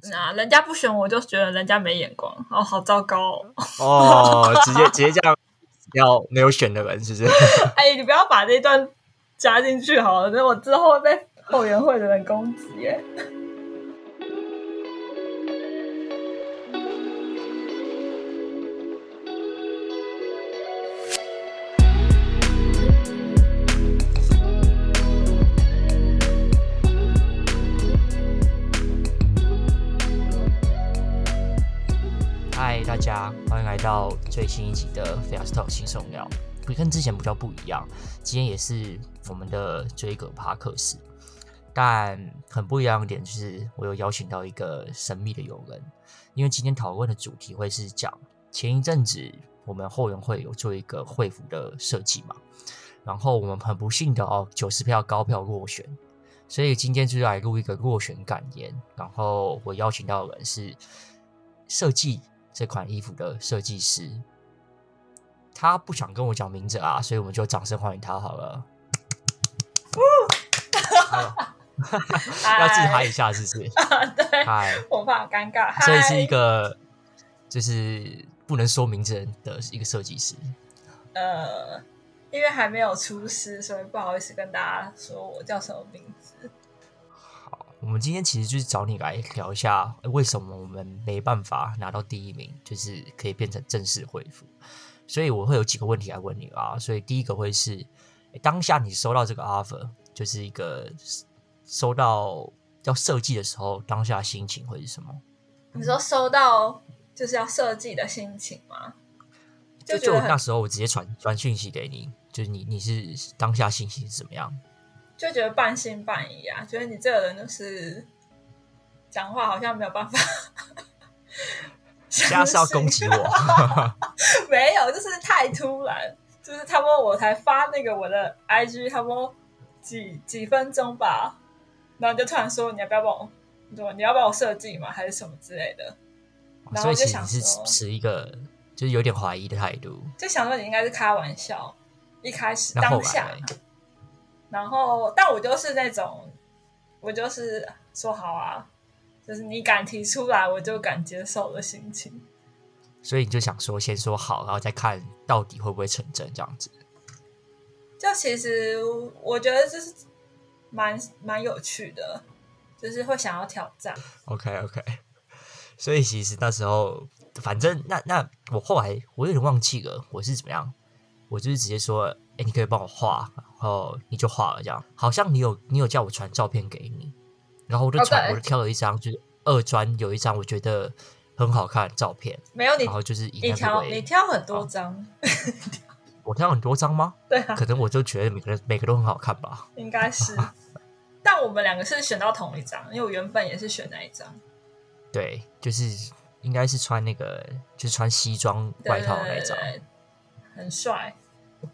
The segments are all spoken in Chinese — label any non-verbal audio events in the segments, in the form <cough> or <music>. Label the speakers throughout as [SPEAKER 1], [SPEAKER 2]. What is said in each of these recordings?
[SPEAKER 1] 子。
[SPEAKER 2] 啊，人家不选我就觉得人家没眼光，哦，好糟糕哦！ <laughs>
[SPEAKER 1] <laughs> 哦，直接直接这样要没有选的人，是不是？
[SPEAKER 2] 哎，你不要把这一段加进去好了，那我之后会被后援会的人攻击耶。
[SPEAKER 1] <laughs> 嗨，大家欢迎来到最新一集的 Fast Talk 轻松聊，不跟之前比较不一样，今天也是我们的追格帕克斯，但很不一样的点就是我有邀请到一个神秘的友人，因为今天讨论的主题会是讲前一阵子我们后援会有做一个会服的设计嘛，然后我们很不幸的哦，九十票高票落选，所以今天就来录一个落选感言。然后我邀请到的人是设计这款衣服的设计师，他不想跟我讲名字啊，所以我们就掌声欢迎他好了。要自嗨一下，是不是？
[SPEAKER 2] 嗨， <laughs> 对，
[SPEAKER 1] 嗨，
[SPEAKER 2] 我怕尴尬。嗨
[SPEAKER 1] 所以是一个就是不能说名字的一个设计师。
[SPEAKER 2] 呃，因为还没有出师，所以不好意思跟大家说我叫什么名字。
[SPEAKER 1] 我们今天其实就是找你来聊一下，呃为什么我们没办法拿到第一名，就是可以变成正式恢复。所以我会有几个问题来问你啊。所以第一个会是，诶当下你收到这个 offer，就是一个 s- 收到要设计的时候，当下心情会是什么？
[SPEAKER 2] 你说收到就是要设计的心情吗？
[SPEAKER 1] 就
[SPEAKER 2] 觉
[SPEAKER 1] 就
[SPEAKER 2] 得
[SPEAKER 1] 我
[SPEAKER 2] 很
[SPEAKER 1] 那时候我直接传传讯息给你，就是你你是当下心情是怎
[SPEAKER 2] <laughs>
[SPEAKER 1] 么样？
[SPEAKER 2] 就觉得半信半疑啊，觉得你这个人就是讲话好像没有办法 <laughs>
[SPEAKER 1] 现
[SPEAKER 2] 相信。
[SPEAKER 1] 在是要攻击我？
[SPEAKER 2] 没有，就是太突然，就是差不多我才发那个我的 IG，差不多几几分钟吧，然后你就突然说你要不要帮我，你说你要帮我设计嘛，还是什么之类的，<laughs>
[SPEAKER 1] 哦
[SPEAKER 2] 然后
[SPEAKER 1] 所
[SPEAKER 2] 我
[SPEAKER 1] 以
[SPEAKER 2] 就
[SPEAKER 1] 其实
[SPEAKER 2] 想
[SPEAKER 1] 你是
[SPEAKER 2] 说
[SPEAKER 1] 持一个就是有点怀疑的态度。
[SPEAKER 2] 就想说你应该是开玩笑，一开始
[SPEAKER 1] 那后
[SPEAKER 2] 当
[SPEAKER 1] 来
[SPEAKER 2] 下
[SPEAKER 1] 嘞，
[SPEAKER 2] 然后但我就是那种，我就是说好啊，就是你敢提出来，我就敢接受的心情。
[SPEAKER 1] 所以你就想说先说好，然后再看到底会不会成真这样子。
[SPEAKER 2] 就其实我觉得这是蛮蛮有趣的，就是会想要挑战。
[SPEAKER 1] OK OK，所以其实那时候，反正那那我后来我有点忘记了我是怎么样，我就是直接说，哎、你可以帮我画，然后你就画了这样。好像你有你有叫我传照片给你，然后我就
[SPEAKER 2] 哦
[SPEAKER 1] 传
[SPEAKER 2] 对
[SPEAKER 1] 我就挑了一张，就是二专有一张我觉得很好看的照片，
[SPEAKER 2] 没有你
[SPEAKER 1] 然，后就是以
[SPEAKER 2] 你
[SPEAKER 1] 那个
[SPEAKER 2] 挑你
[SPEAKER 1] 为
[SPEAKER 2] 挑很多张， <laughs>
[SPEAKER 1] 我挑很多张吗？
[SPEAKER 2] 对啊，
[SPEAKER 1] 可能我就觉得每个人每个都很好看吧。
[SPEAKER 2] 应该
[SPEAKER 1] <laughs>
[SPEAKER 2] 是。但我们两个是选到同一张，因为我原本也是选那一张。
[SPEAKER 1] 对，就是应该是穿那个，就是穿西装
[SPEAKER 2] 对
[SPEAKER 1] 外套的那一张，
[SPEAKER 2] 对对对很帅，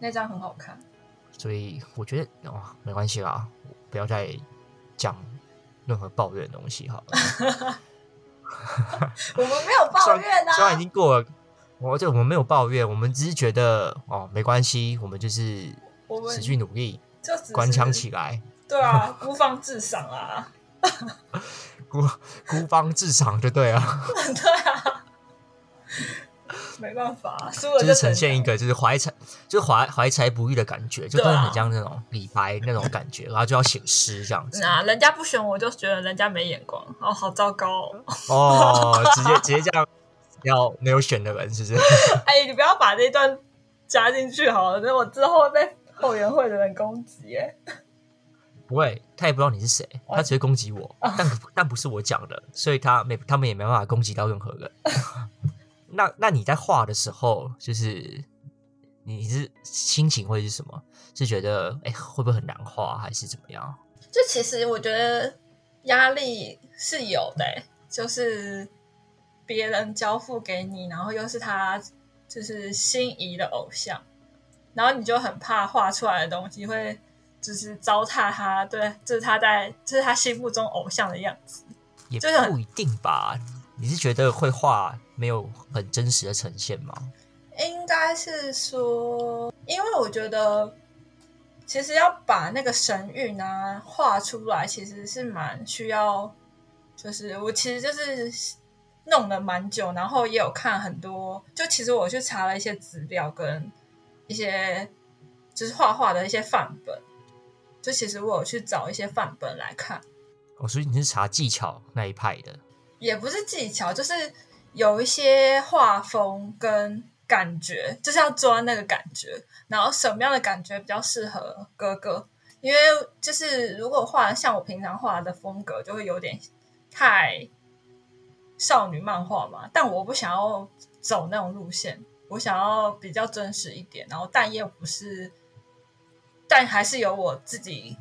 [SPEAKER 2] 那张很好看。
[SPEAKER 1] 所以我觉得哇，没关系啦，不要再讲任何抱怨的东西好了。
[SPEAKER 2] 我们没有 <laughs> 抱怨
[SPEAKER 1] 虽然
[SPEAKER 2] 啊
[SPEAKER 1] 已，经过了，我对我们没有抱怨，我们只是觉得哦，没关系，我们就是
[SPEAKER 2] 我们
[SPEAKER 1] 持续努力，
[SPEAKER 2] 就只是
[SPEAKER 1] 官腔起来，
[SPEAKER 2] 对啊，孤芳自赏啊， <laughs>
[SPEAKER 1] 孤孤芳自赏就
[SPEAKER 2] <laughs>
[SPEAKER 1] 对了，
[SPEAKER 2] 对啊，没办法、输了只
[SPEAKER 1] 就是
[SPEAKER 2] 能
[SPEAKER 1] 呈现一个就是怀才就是怀怀才不遇的感觉，就
[SPEAKER 2] 对啊
[SPEAKER 1] 跟很像那种李白那种感觉，然后就要写诗
[SPEAKER 2] <laughs>
[SPEAKER 1] 这样子。
[SPEAKER 2] 啊，人家不选我就觉得人家没眼光，哦，好糟糕哦！ <laughs>
[SPEAKER 1] 哦，直接直接这样要没有选的人是不是？
[SPEAKER 2] 哎，你不要把这一段加进去好了，那我之后会被后援会的人攻击耶。
[SPEAKER 1] 不会，他也不知道你是谁，
[SPEAKER 2] 哦
[SPEAKER 1] 他只会攻击我，但但不是我讲的，所以他没他们也没办法攻击到任何人。那那你在画的时候，就是你你是心情会是什么？是觉得哎、会不会很难画，还是怎么样？
[SPEAKER 2] 就其实我觉得压力是有的欸、就是别人交付给你，然后又是他就是心仪的偶像，然后你就很怕画出来的东西会就是糟蹋他，对，就是他在就是他心目中偶像的样子。
[SPEAKER 1] 也
[SPEAKER 2] 就是很
[SPEAKER 1] 不一定吧。你是觉得会画没有很真实的呈现吗？
[SPEAKER 2] 应该是说，因为我觉得其实要把那个神韵啊画出来，其实是蛮需要就是我其实就是弄了蛮久，然后也有看很多，就其实我去查了一些资料跟一些就是画画的一些范本，就其实我有去找一些范本来看，
[SPEAKER 1] 哦，所以你是查技巧那一派的，
[SPEAKER 2] 也不是技巧，就是有一些画风跟感觉，就是要抓那个感觉，然后什么样的感觉比较适合哥哥？因为就是如果画得像我平常画的风格，就会有点太少女漫画嘛。但我不想要走那种路线，我想要比较真实一点，然后但又不是，但还是有我自己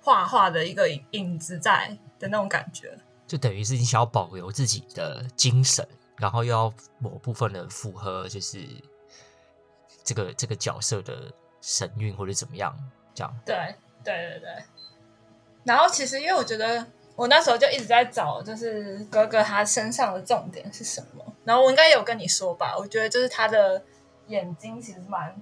[SPEAKER 2] 画画的一个影子在的那种感觉。
[SPEAKER 1] 就等于是你想要保留自己的精神，然后又要某部分的符合就是这个这个角色的神韵或者怎么样这样。
[SPEAKER 2] 对对对对。然后其实因为我觉得我那时候就一直在找，就是哥哥他身上的重点是什么。然后我应该有跟你说吧，我觉得就是他的眼睛其实蛮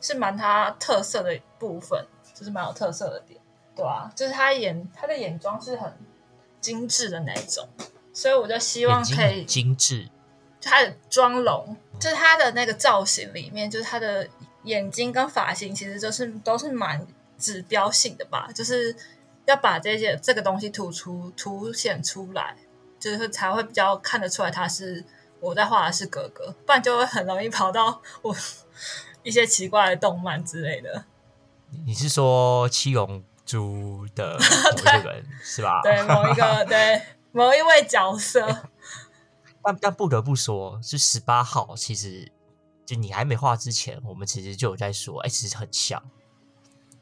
[SPEAKER 2] 是蛮他特色的部分，就是蛮有特色的点，对啊，就是他眼他的眼妆是很精致的那一种，所以我就希望
[SPEAKER 1] 眼睛
[SPEAKER 2] 可以
[SPEAKER 1] 很精致，
[SPEAKER 2] 就他的妆容，就是他的那个造型里面，就是他的眼睛跟发型，其实就是都是蛮指标性的吧，就是要把这些这个东西突出凸显出来，就是会才会比较看得出来他是我在画的是哥哥，不然就会很容易跑到我一些奇怪的动漫之类的。
[SPEAKER 1] 你你是说七龙珠
[SPEAKER 2] <laughs>
[SPEAKER 1] 的某一个人是吧？ <laughs>
[SPEAKER 2] 对，某一个对某一位角色，
[SPEAKER 1] 但但不得不说，就十八号，其实就你还没画之前，我们其实就有在说，哎、其实很像，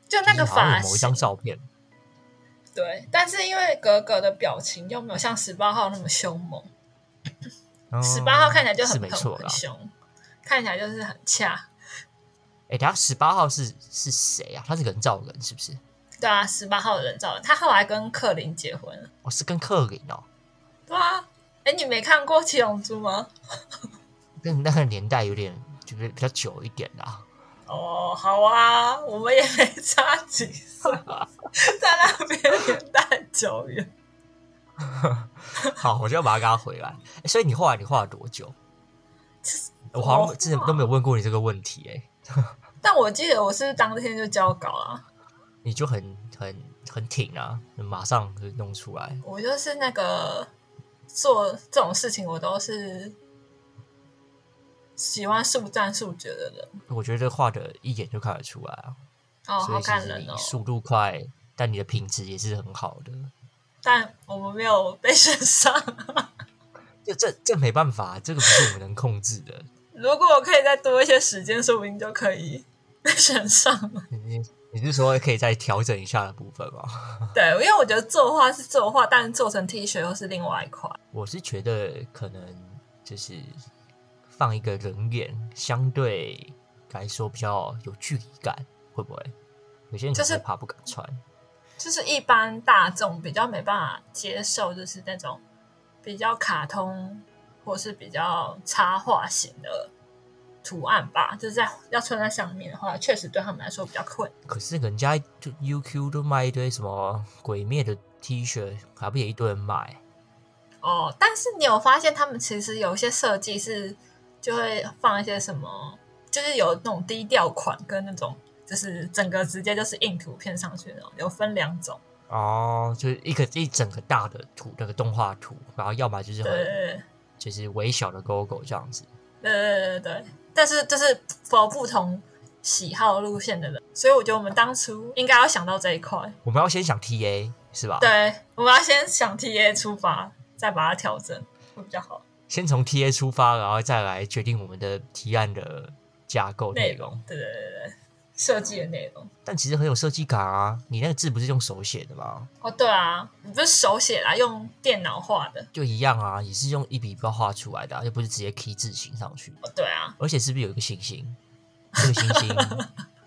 [SPEAKER 2] 就那
[SPEAKER 1] 就
[SPEAKER 2] 个
[SPEAKER 1] 是好像
[SPEAKER 2] 发
[SPEAKER 1] 有某一
[SPEAKER 2] 型
[SPEAKER 1] 张，照片，
[SPEAKER 2] 对，但是因为格格的表情又没有像十八号那么凶猛。
[SPEAKER 1] 嗯
[SPEAKER 2] 十八号看起来就是很
[SPEAKER 1] 没
[SPEAKER 2] 很
[SPEAKER 1] 错啦
[SPEAKER 2] 很。凶，看起来就是很恰。
[SPEAKER 1] 哎、等一下十八号是是谁啊？他是人造人是不是？
[SPEAKER 2] 对啊，十八号的人造人，他后来跟克林结婚了。
[SPEAKER 1] 哦，是跟克林哦，
[SPEAKER 2] 对啊，哎，你没看过《七龙珠》吗？
[SPEAKER 1] 跟那个年代有点就是比较久一点啦。 <laughs>
[SPEAKER 2] 哦，好啊，我们也没差几
[SPEAKER 1] <laughs>
[SPEAKER 2] 岁，在那边年代久远。
[SPEAKER 1] 好，我就要把它拉回来、诶所以你画你画了多久？我
[SPEAKER 2] 我
[SPEAKER 1] 好
[SPEAKER 2] 画
[SPEAKER 1] 像之前都没有问过你这个问题、诶
[SPEAKER 2] 但我记得我是当天就交稿啊，
[SPEAKER 1] 你就很很很挺啊，马上就弄出来。
[SPEAKER 2] 我就是那个做这种事情，我都是喜欢速战速决的人。
[SPEAKER 1] 我觉得画的一眼就看得出来啊，
[SPEAKER 2] 哦，
[SPEAKER 1] 所
[SPEAKER 2] 好
[SPEAKER 1] 以其
[SPEAKER 2] 感
[SPEAKER 1] 实
[SPEAKER 2] 人
[SPEAKER 1] 你
[SPEAKER 2] 哦！
[SPEAKER 1] 速度快，但你的品质也是很好的。
[SPEAKER 2] 但我们没有被选上。
[SPEAKER 1] 这这这没办法，这个不是我们能控制的。 <laughs>
[SPEAKER 2] 如果我可以再多一些时间，说不定就可以 <laughs> 被选上
[SPEAKER 1] <laughs>
[SPEAKER 2] 了。
[SPEAKER 1] 你你你是说可以再调整一下的部分吗？
[SPEAKER 2] 对，因为我觉得作画是作画，但做成 T 恤又是另外一块。
[SPEAKER 1] 我是觉得可能就是放一个人脸，相对来说比较有距离感，会不会？有些人可
[SPEAKER 2] 就是
[SPEAKER 1] 能会怕不敢穿，
[SPEAKER 2] 就是一般大众比较没办法接受，就是那种比较卡通或是比较插画型的图案吧。就是在要穿在上面的话，确实对他们来说比较困难。
[SPEAKER 1] 可是人家就 UQ 都卖一堆什么鬼灭的 T 恤，还不也一堆人买？
[SPEAKER 2] 哦，但是你有发现他们其实有一些设计是就会放一些什么，就是有那种低调款跟那种就是整个直接就是印图片上去的那种，有分两种。
[SPEAKER 1] 哦，就是一个一整个大的图，那个动画图，然后要么就是
[SPEAKER 2] 对
[SPEAKER 1] 很
[SPEAKER 2] 对
[SPEAKER 1] 就是微小的 logo 这样子。
[SPEAKER 2] 对对对对，但是就是否不同喜好路线的人，所以我觉得我们当初应该要想到这一块。
[SPEAKER 1] 我们要先想 TA 是吧？，
[SPEAKER 2] 对，我们要先想 TA 出发，再把它调整会比较好。
[SPEAKER 1] 先从 TA 出发，然后再来决定我们的提案的架构内容。
[SPEAKER 2] 对对对对，设计的内容。
[SPEAKER 1] 但其实很有设计感啊！你那个字不是用手写的吗？
[SPEAKER 2] 哦，对啊，你不是手写啦，用电脑画的。
[SPEAKER 1] 就一样啊，也是用一笔一画画出来的、啊，又不是直接 key 字形上去。
[SPEAKER 2] 哦，对啊，
[SPEAKER 1] 而且是不是有一个星星？这个星
[SPEAKER 2] <laughs>
[SPEAKER 1] 星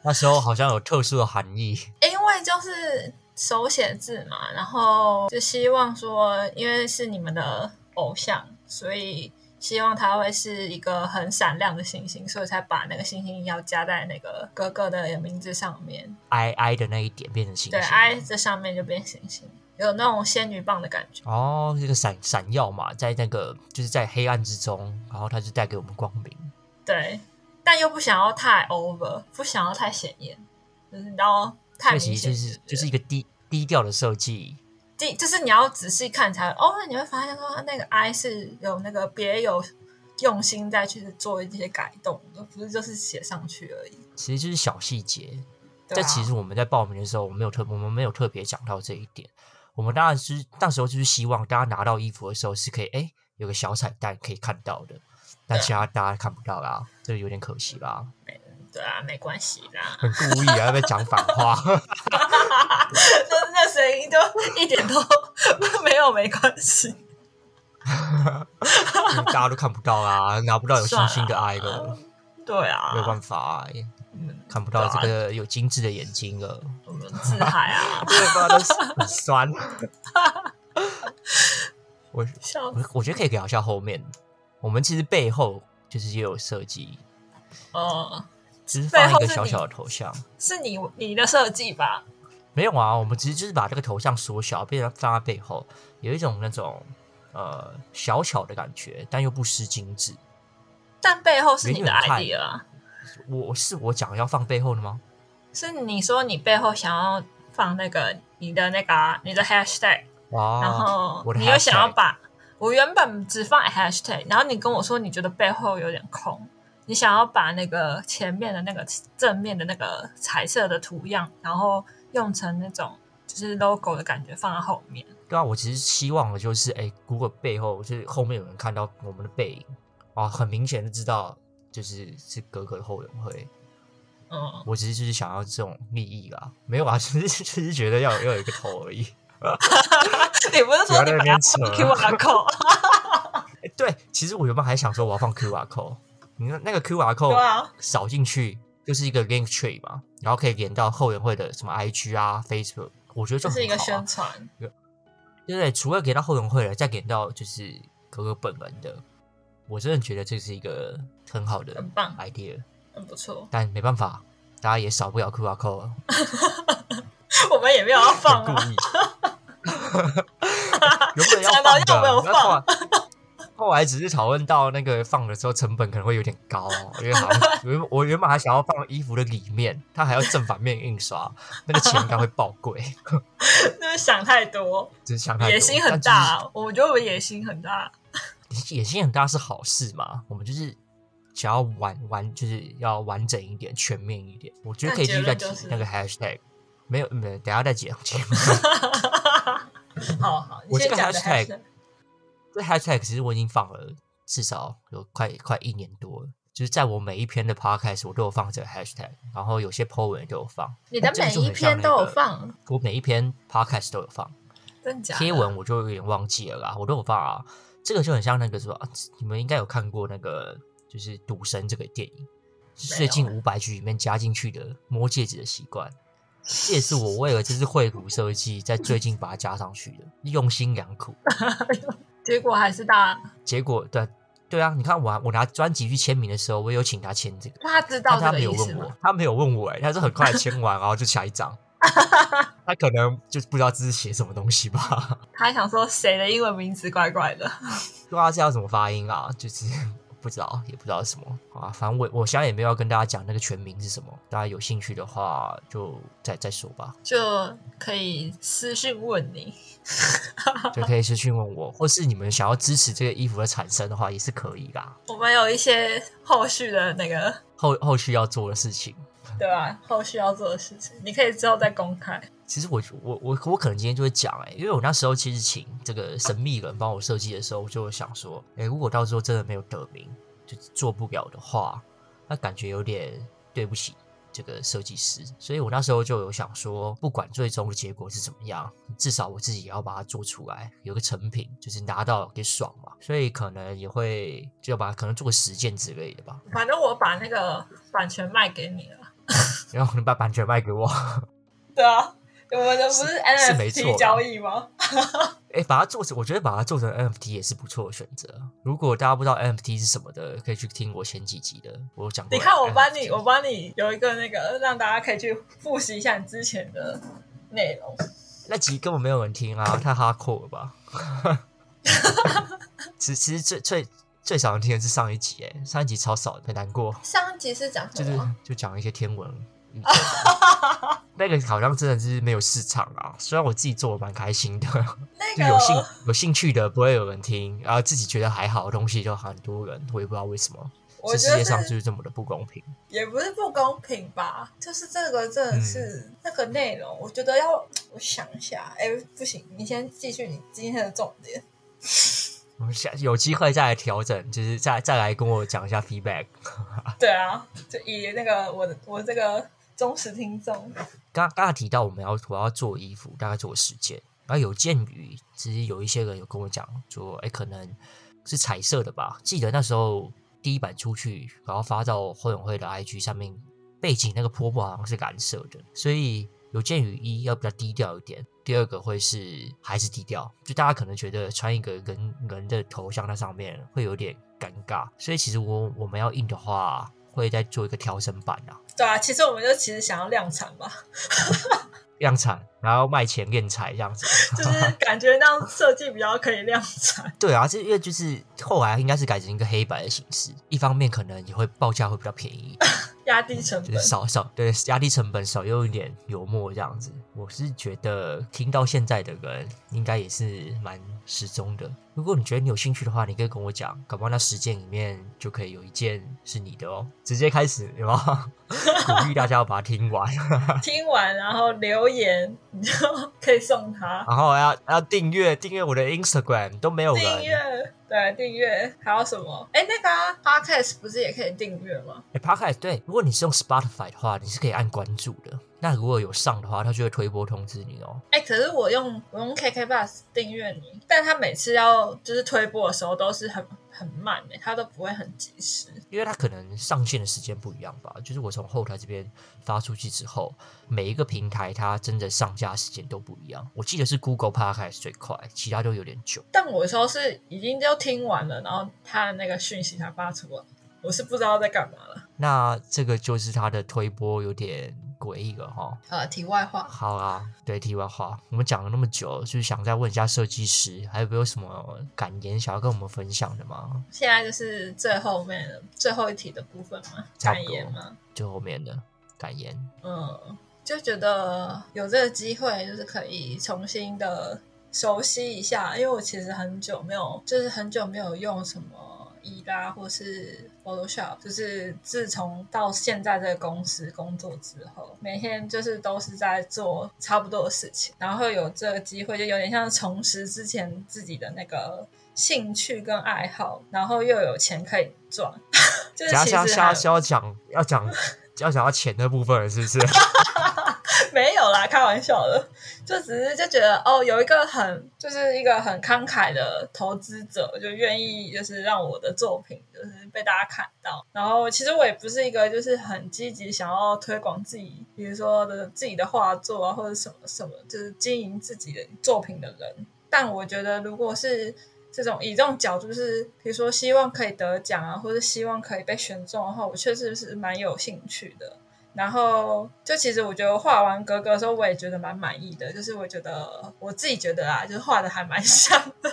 [SPEAKER 1] 那时候好像有特殊的含义。
[SPEAKER 2] 因为就是手写字嘛，然后就希望说，因为是你们的偶像，所以希望他会是一个很闪亮的星星，所以才把那个星星要加在那个哥哥的名字上面，
[SPEAKER 1] I I 的那一点变成星
[SPEAKER 2] 对
[SPEAKER 1] 星，
[SPEAKER 2] ，I 这上面就变星星。有那种仙女棒的感觉。
[SPEAKER 1] 哦，这个闪闪耀嘛，在那个就是在黑暗之中，然后它就带给我们光明。
[SPEAKER 2] 对，但又不想要太 over，不想要太显眼，就是你知道太
[SPEAKER 1] 所以
[SPEAKER 2] 明
[SPEAKER 1] 其实
[SPEAKER 2] 显，
[SPEAKER 1] 就是就是一个低低调的设计，
[SPEAKER 2] 第就是你要仔细看才哦，你会发现说它那个 I 是有那个别有用心再去做一些改动的，不是就是写上去而已。
[SPEAKER 1] 其实就是小细节。
[SPEAKER 2] 对
[SPEAKER 1] 但
[SPEAKER 2] 啊、
[SPEAKER 1] 其实我们在报名的时候，我们没有特我们没有特别讲到这一点。我们当然是那时候就是希望大家拿到衣服的时候是可以哎有个小彩蛋可以看到的，但
[SPEAKER 2] 对啊
[SPEAKER 1] 其他大家看不到啦，这有点可惜啦，
[SPEAKER 2] 对啊，没关系
[SPEAKER 1] <laughs>
[SPEAKER 2] 啦，
[SPEAKER 1] 很故意啊，要不要讲反
[SPEAKER 2] <laughs>
[SPEAKER 1] 话？
[SPEAKER 2] 就是那声音就一点都没有没关系。
[SPEAKER 1] 因为大家都看不到啦，拿不到有星星的 i
[SPEAKER 2] 算
[SPEAKER 1] 了，
[SPEAKER 2] 对啊，
[SPEAKER 1] 没有办法、哎
[SPEAKER 2] 嗯
[SPEAKER 1] 看不到这个有精致的眼睛了，，
[SPEAKER 2] 我们自嗨啊
[SPEAKER 1] 没有办
[SPEAKER 2] <laughs>
[SPEAKER 1] 法，都是很酸。我
[SPEAKER 2] 笑死
[SPEAKER 1] 我我觉得可以聊一下后面，我们其实背后就是也有设计，
[SPEAKER 2] 哦，
[SPEAKER 1] 只是放一
[SPEAKER 2] 背后
[SPEAKER 1] 个
[SPEAKER 2] 是
[SPEAKER 1] 小
[SPEAKER 2] 你
[SPEAKER 1] 小的头像。
[SPEAKER 2] 是你你的设计吧？
[SPEAKER 1] 没有啊，我们只是就是把这个头像缩小，变成放在背后，有一种那种呃小巧的感觉，但又不失精致。
[SPEAKER 2] 但背后是你的
[SPEAKER 1] 远远看
[SPEAKER 2] idea 啊，
[SPEAKER 1] 我是我讲要放背后的吗？
[SPEAKER 2] 是你说你背后想要放那个你的那个啊你的 hashtag，、
[SPEAKER 1] 哇，
[SPEAKER 2] 然后
[SPEAKER 1] 我的
[SPEAKER 2] 你又想要
[SPEAKER 1] hashtag
[SPEAKER 2] 把我原本只放 hashtag，然后你跟我说你觉得背后有点空，你想要把那个前面的那个正面的那个彩色的图样，然后用成那种就是 logo 的感觉放在后面。
[SPEAKER 1] 对啊，我其实希望的就是，哎、如果背后就是后面有人看到我们的背影，啊，很明显的知道就是是格格的后援会。
[SPEAKER 2] 嗯， <laughs>
[SPEAKER 1] 我只是就是想要这种利益啦，没有啊，只是只是觉得要有要有一个头而已。
[SPEAKER 2] 你不是
[SPEAKER 1] 不要
[SPEAKER 2] 说
[SPEAKER 1] 在
[SPEAKER 2] 你
[SPEAKER 1] 那
[SPEAKER 2] 把
[SPEAKER 1] 边
[SPEAKER 2] 它
[SPEAKER 1] 扯啊
[SPEAKER 2] 放 QR
[SPEAKER 1] <laughs>
[SPEAKER 2] code？
[SPEAKER 1] 哎、对，其实我原本还想说我要放 QR code，你那那个 QR
[SPEAKER 2] 对
[SPEAKER 1] code
[SPEAKER 2] 啊，
[SPEAKER 1] 扫进去就是一个 link tree 嘛，然后可以连到后援会的什么 IG 啊、Facebook，我觉得
[SPEAKER 2] 这
[SPEAKER 1] 这
[SPEAKER 2] 是一个
[SPEAKER 1] 很好啊
[SPEAKER 2] 宣传。
[SPEAKER 1] 对不对？除了给到后援会了，再给到就是可可本人的，我真的觉得这是一个很好的
[SPEAKER 2] 很棒
[SPEAKER 1] idea，
[SPEAKER 2] 很不错，
[SPEAKER 1] 但没办法，大家也少不了 QR code，
[SPEAKER 2] 我们也没有要 <laughs> 放
[SPEAKER 1] 很故
[SPEAKER 2] 啊，
[SPEAKER 1] 意。原本要
[SPEAKER 2] 讲到
[SPEAKER 1] 放
[SPEAKER 2] 要没有
[SPEAKER 1] 的，那后来后来只是讨论到那个放的时候成本可能会有点高，因为好像原我原本还想要放衣服的里面，它还要正反面
[SPEAKER 2] <laughs>
[SPEAKER 1] 印刷，那个钱应该会爆贵，
[SPEAKER 2] 就是想太多，
[SPEAKER 1] 只是想太多。
[SPEAKER 2] 野心很
[SPEAKER 1] 但就是
[SPEAKER 2] 大啊。我觉得我们野心很大， <laughs>
[SPEAKER 1] 野心很大是好事嘛，我们就是想要完完，就是要完整一点、全面一点。我觉得可以继续再提
[SPEAKER 2] 那结论就是
[SPEAKER 1] 那个 hashtag，没有没有，等一下再讲解。
[SPEAKER 2] 好好，你
[SPEAKER 1] 我这
[SPEAKER 2] 先
[SPEAKER 1] 个
[SPEAKER 2] 讲的
[SPEAKER 1] hashtag
[SPEAKER 2] hashtag
[SPEAKER 1] 这 hashtag 其实我已经放了至少有快快一年多了，就是在我每一篇的 podcast 我都有放这个 hashtag，然后有些 po 文也都有放，
[SPEAKER 2] 你的
[SPEAKER 1] 哦这个
[SPEAKER 2] 每
[SPEAKER 1] 就很
[SPEAKER 2] 一篇
[SPEAKER 1] 像那
[SPEAKER 2] 都有
[SPEAKER 1] 个
[SPEAKER 2] 放，
[SPEAKER 1] 我每一篇 podcast 都有放。
[SPEAKER 2] 真假的？
[SPEAKER 1] 贴文我就有点忘记了啦，我都有放啊。这个就很像那个什么，啊你们应该有看过那个就是《赌神》这个电影，是最近
[SPEAKER 2] 没
[SPEAKER 1] 五百局里面加进去的摸戒指的习惯，这也是我为了这次绘图设计在最近把它加上去的，用心良苦。
[SPEAKER 2] 结果还是大，
[SPEAKER 1] 结果对对啊，你看我还我拿专辑去签名的时候，我也有请他签这个，
[SPEAKER 2] 他知道
[SPEAKER 1] 但
[SPEAKER 2] 这
[SPEAKER 1] 他
[SPEAKER 2] 个
[SPEAKER 1] 没有
[SPEAKER 2] 意思
[SPEAKER 1] 问我
[SPEAKER 2] 吗？，
[SPEAKER 1] 他没有问我、欸，他是很快签完，然后就下
[SPEAKER 2] <laughs>
[SPEAKER 1] 一张。他可能就不知道这是写什么东西吧。
[SPEAKER 2] 他还想说谁的英文名字怪怪的，
[SPEAKER 1] 不知道这要怎么发音啊，就是不知道，也不知道什么好啊。反正我我现在也没有要跟大家讲那个全名是什么，大家有兴趣的话就再再说吧，
[SPEAKER 2] 就可以私信问你。
[SPEAKER 1] 就可以私讯问我，或是你们想要支持这个衣服的产生的话，也是可以啦。
[SPEAKER 2] 我们有一些后续的那个，
[SPEAKER 1] 后后续要做的事情，
[SPEAKER 2] 对吧？后续要做的事情，你可以之后再公开。
[SPEAKER 1] 其实我我我我可能今天就会讲哎、因为我那时候其实请这个神秘人帮我设计的时候，我就想说，哎、如果到时候真的没有得名，就做不了的话，那感觉有点对不起这个设计师，所以我那时候就有想说，不管最终的结果是怎么样，至少我自己也要把它做出来，有个成品，就是拿到给爽嘛，所以可能也会就要把可能做个实践之类的吧，
[SPEAKER 2] 反正我把那个版权卖给你了。
[SPEAKER 1] 然后你把版权卖给我。
[SPEAKER 2] 对啊，我们的不是
[SPEAKER 1] 是没错啦
[SPEAKER 2] NFT 交易吗？
[SPEAKER 1] 哎、把它做成，我觉得把它做成 NFT 也是不错的选择。如果大家不知道 NFT 是什么的，可以去听我前几集的，我有讲过。
[SPEAKER 2] 你看，我帮你，我帮你有一个那个，让大家可以去复习一下你之前的内容。
[SPEAKER 1] 那集根本没有人听啊，太哈扣了吧？其其实最最最少人听的是上一集，哎，上一集超少的，很难过。
[SPEAKER 2] 上一集是讲
[SPEAKER 1] 就
[SPEAKER 2] 什
[SPEAKER 1] 是
[SPEAKER 2] 么？
[SPEAKER 1] 就讲一些天文，那个好像真的是没有市场啊。虽然我自己做的蛮开心的，
[SPEAKER 2] 那
[SPEAKER 1] 就有
[SPEAKER 2] <laughs>
[SPEAKER 1] 兴
[SPEAKER 2] 个
[SPEAKER 1] 有兴趣的不会有人听，然后自己觉得还好的东西就很多人，我也不知道为什么。
[SPEAKER 2] 我
[SPEAKER 1] 这
[SPEAKER 2] 觉
[SPEAKER 1] 世
[SPEAKER 2] 得
[SPEAKER 1] 界上
[SPEAKER 2] 是
[SPEAKER 1] 就是这么的不公平。
[SPEAKER 2] 也不是不公平吧，就是这个真的是、那个内容，我觉得要我想一下，哎，不行，你先继续你今天的重点。
[SPEAKER 1] 我们下有机会再来调整，就是再再来跟我讲一下 feedback。
[SPEAKER 2] 对啊，就以那个我的我这个忠实听众，
[SPEAKER 1] 刚刚才提到我们要我要做衣服，大概做十件，然后有鉴于其实有一些人有跟我讲说，哎，可能是彩色的吧。记得那时候第一版出去，然后发到后永会的 IG 上面，背景那个坡布好像是蓝色的，所以有鉴于一要比较低调一点，第二个会是还是低调，就大家可能觉得穿一个人人的头像在上面会有点尴尬，所以其实我我们要印的话，会再做一个调整版啊。
[SPEAKER 2] 对啊，其实我们就其实想要量产吧，
[SPEAKER 1] 量产，然后卖钱练财这样子。 <laughs>
[SPEAKER 2] 就是感觉那样设计比较可以量产。
[SPEAKER 1] 对啊，这因为就是后来应该是改成一个黑白的形式，一方面可能也会报价会比较便宜，
[SPEAKER 2] 压低成
[SPEAKER 1] 就
[SPEAKER 2] 本
[SPEAKER 1] 是，少少对压低成本，少用一点油墨这样子。我是觉得听到现在的人应该也是蛮失踪的。如果你觉得你有兴趣的话，你可以跟我讲，搞不好那十件里面就可以有一件是你的哦。直接开始，有 <laughs> 吗？鼓励大家要把它听完，
[SPEAKER 2] 听完然后留言，你就可以送他
[SPEAKER 1] 然后要要订阅订阅我的 Instagram，都没有人
[SPEAKER 2] 订阅。对，订阅还有什么？哎，那个、啊、podcast 不是也可以订阅吗？
[SPEAKER 1] 哎、p o d c a s t 对，如果你是用 Spotify 的话，你是可以按关注的。那如果有上的话，它就会推播通知你哦。
[SPEAKER 2] 哎、可是我用我用 KK Bus 订阅你，但他每次要就是推播的时候都是很很慢的、他都不会很及时。
[SPEAKER 1] 因为它可能上线的时间不一样吧，就是我从后台这边发出去之后，每一个平台它真的上架时间都不一样。我记得是 Google Podcast 最快，其他都有点久。
[SPEAKER 2] 但我有时候是已经就听完了，然后他的那个讯息才发出来，我是不知道在干嘛了。
[SPEAKER 1] 那这个就是它的推播有点诡异了哈、
[SPEAKER 2] 呃，题外话，
[SPEAKER 1] 好啦，对，题外话，我们讲了那么久，就是想再问一下设计师，还有没有什么感言想要跟我们分享的吗？
[SPEAKER 2] 现在就是最后面的最后一题的部分嘛，
[SPEAKER 1] 差不
[SPEAKER 2] 感
[SPEAKER 1] 多
[SPEAKER 2] 言嘛，
[SPEAKER 1] 最后面的感言。
[SPEAKER 2] 嗯，就觉得有这个机会，就是可以重新的熟悉一下，因为我其实很久没有，就是很久没有用什么伊拉或是 Photoshop，就是自从到现在这个公司工作之后，每天就是都是在做差不多的事情，然后有这个机会，就有点像重拾之前自己的那个。兴趣跟爱好，然后又有钱可以赚， <laughs> 就是
[SPEAKER 1] 等
[SPEAKER 2] 其
[SPEAKER 1] 一下
[SPEAKER 2] 实
[SPEAKER 1] 下
[SPEAKER 2] 还
[SPEAKER 1] 是要讲要讲要讲到钱的部分了，是
[SPEAKER 2] <laughs>
[SPEAKER 1] 不是？
[SPEAKER 2] 没有啦，开玩笑的，就只是就觉得哦，有一个很就是一个很慷慨的投资者，就愿意就是让我的作品就是被大家看到。然后其实我也不是一个就是很积极想要推广自己，比如说的自己的画作啊，或者什么什么，就是经营自己的作品的人。但我觉得如果是这种以这种角度，就是比如说希望可以得奖啊，或者希望可以被选中的话，我确实是蛮有兴趣的。然后就其实我觉得画完格格的时候，我也觉得蛮满意的，就是我觉得我自己觉得啦，就是画的还蛮 <laughs> 像的，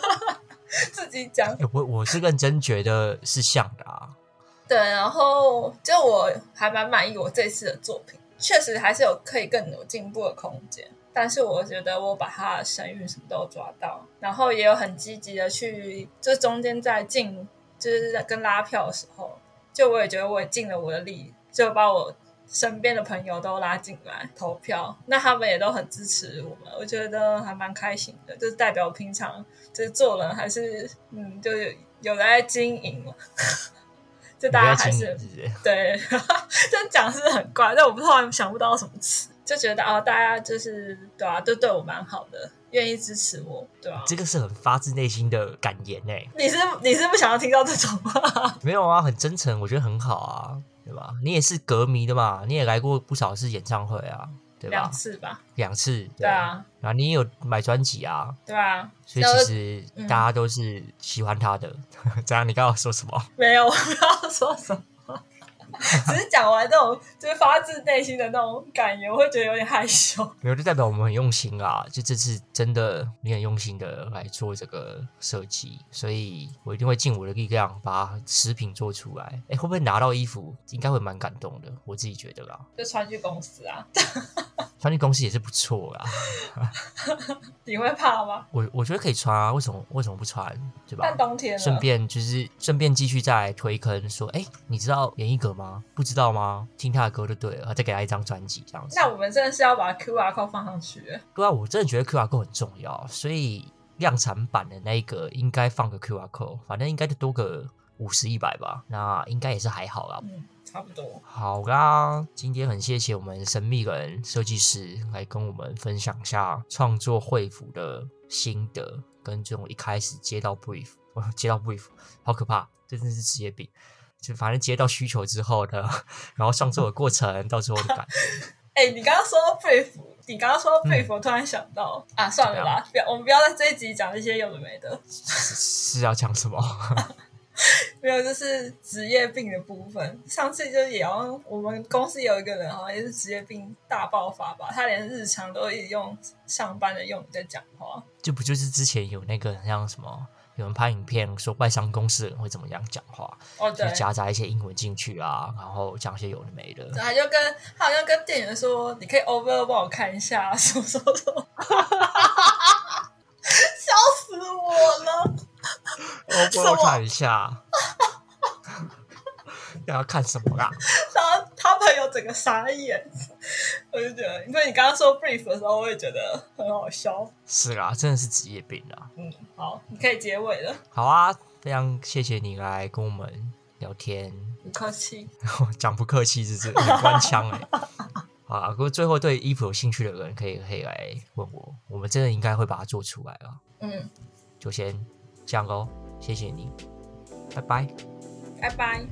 [SPEAKER 2] 自己讲
[SPEAKER 1] 欸我我是认真觉得是像的啊，
[SPEAKER 2] 对，然后就我还蛮满意我这次的作品，确实还是有可以更有进步的空间。但是我觉得我把它的神韵什么都有抓到，然后也有很积极的去，就中间在进，就是在跟拉票的时候，就我也觉得我也尽了我的力，就把我身边的朋友都拉进来投票，那他们也都很支持我们，我觉得还蛮开心的，就是代表平常就是做人还是嗯，就是有在经营嘛， <laughs> 就
[SPEAKER 1] 你
[SPEAKER 2] 大家
[SPEAKER 1] 在
[SPEAKER 2] 还
[SPEAKER 1] 经
[SPEAKER 2] 是
[SPEAKER 1] 嗯营是不是？
[SPEAKER 2] 对， <laughs> 这讲是很怪，但我不突然想不到什么词，就觉得哦，大家就是对啊，都对我蛮好的，愿意支持我，对啊。
[SPEAKER 1] 这个是很发自内心的感言哎、
[SPEAKER 2] 你是你是不想要听到这种话？
[SPEAKER 1] 没有啊，很真诚，我觉得很好啊，对吧？你也是歌迷的嘛，你也来过不少次演唱会啊，对吧
[SPEAKER 2] 两？次吧，
[SPEAKER 1] 两次，
[SPEAKER 2] 对，啊，
[SPEAKER 1] 然后你也有买专辑啊，
[SPEAKER 2] 对啊，
[SPEAKER 1] 所以
[SPEAKER 2] 那我
[SPEAKER 1] 其实
[SPEAKER 2] 嗯
[SPEAKER 1] 大家都 <laughs> 是喜欢他的。这样你刚刚说什么？
[SPEAKER 2] <laughs> 没有，我不知道说什么。只是讲完这种就是发自内心的那种感言，我会觉得有点害羞。
[SPEAKER 1] 没有，就代表我们很用心啦。就这次真的你很用心的来做这个设计，所以我一定会尽我的力量把食品做出来。哎，会不会拿到衣服？应该会蛮感动的，我自己觉得啦。
[SPEAKER 2] 就穿去公司啊，
[SPEAKER 1] 穿进公司也是不错啦。
[SPEAKER 2] 你会怕吗？
[SPEAKER 1] 我我觉得可以穿啊，为什么为什么不穿？对吧
[SPEAKER 2] 但？冬天
[SPEAKER 1] 顺
[SPEAKER 2] 了，
[SPEAKER 1] 便就是顺便继续再来推坑，说哎，诶你知道严艺格吗？不知道吗？听他的歌就对了，再给他一张专辑这样子。
[SPEAKER 2] 那我们真的是要把 QR code 放上去。
[SPEAKER 1] 对啊，我真的觉得 QR code 很重要，所以量产版的那一个应该放个 QR code，反正应该就多个五十一百吧，那应该也是还好啦。
[SPEAKER 2] 嗯，差不多。
[SPEAKER 1] 好啦，今天很谢谢我们神秘人设计师来跟我们分享一下创作绘服的心得，跟这种一开始接到 brief，我 <laughs> 接到 brief，好可怕，这真是职业病。就反正接到需求之后呢， <laughs> 然后创作的过程，到最后的感觉，
[SPEAKER 2] 哎、你刚刚说到 brief，你刚刚说到 brief，、我突然想到啊，算了吧，不要，我们不要在这一集讲一些有的没的，
[SPEAKER 1] 是是要讲什么？
[SPEAKER 2] 没有，就是职业病的部分。上次就也要，我们公司有一个人好像也是职业病大爆发吧，他连日常都一直用上班的用语在讲话。
[SPEAKER 1] 这不就是之前有那个很像什么，有人拍影片说外商公司的人会怎么样讲话，
[SPEAKER 2] 哦，
[SPEAKER 1] 就
[SPEAKER 2] 对，
[SPEAKER 1] 夹杂一些英文进去啊，然后讲一些有的没的。
[SPEAKER 2] 对他就跟他好像跟店员说：“你可以 over 帮我看一下，什么什么什么。” <laughs> 笑死我了！
[SPEAKER 1] 我帮我看一下， <laughs> 要看什么啦？
[SPEAKER 2] 然后他朋友整个傻眼，我就觉得，因为你刚刚说 brief 的时候，我也觉得很好笑。
[SPEAKER 1] 是啦，真的是职业病啦。
[SPEAKER 2] 嗯，好，你可以结尾了，
[SPEAKER 1] 好啊，非常谢谢你来跟我们聊天。
[SPEAKER 2] 不客气。
[SPEAKER 1] 讲不客气，是这很官腔哎、好啊，不过最后对衣服有兴趣的人可以可以来问我，我们真的应该会把它做出来啊。
[SPEAKER 2] 嗯，
[SPEAKER 1] 就先这样喽，谢谢你，拜拜。
[SPEAKER 2] 拜拜。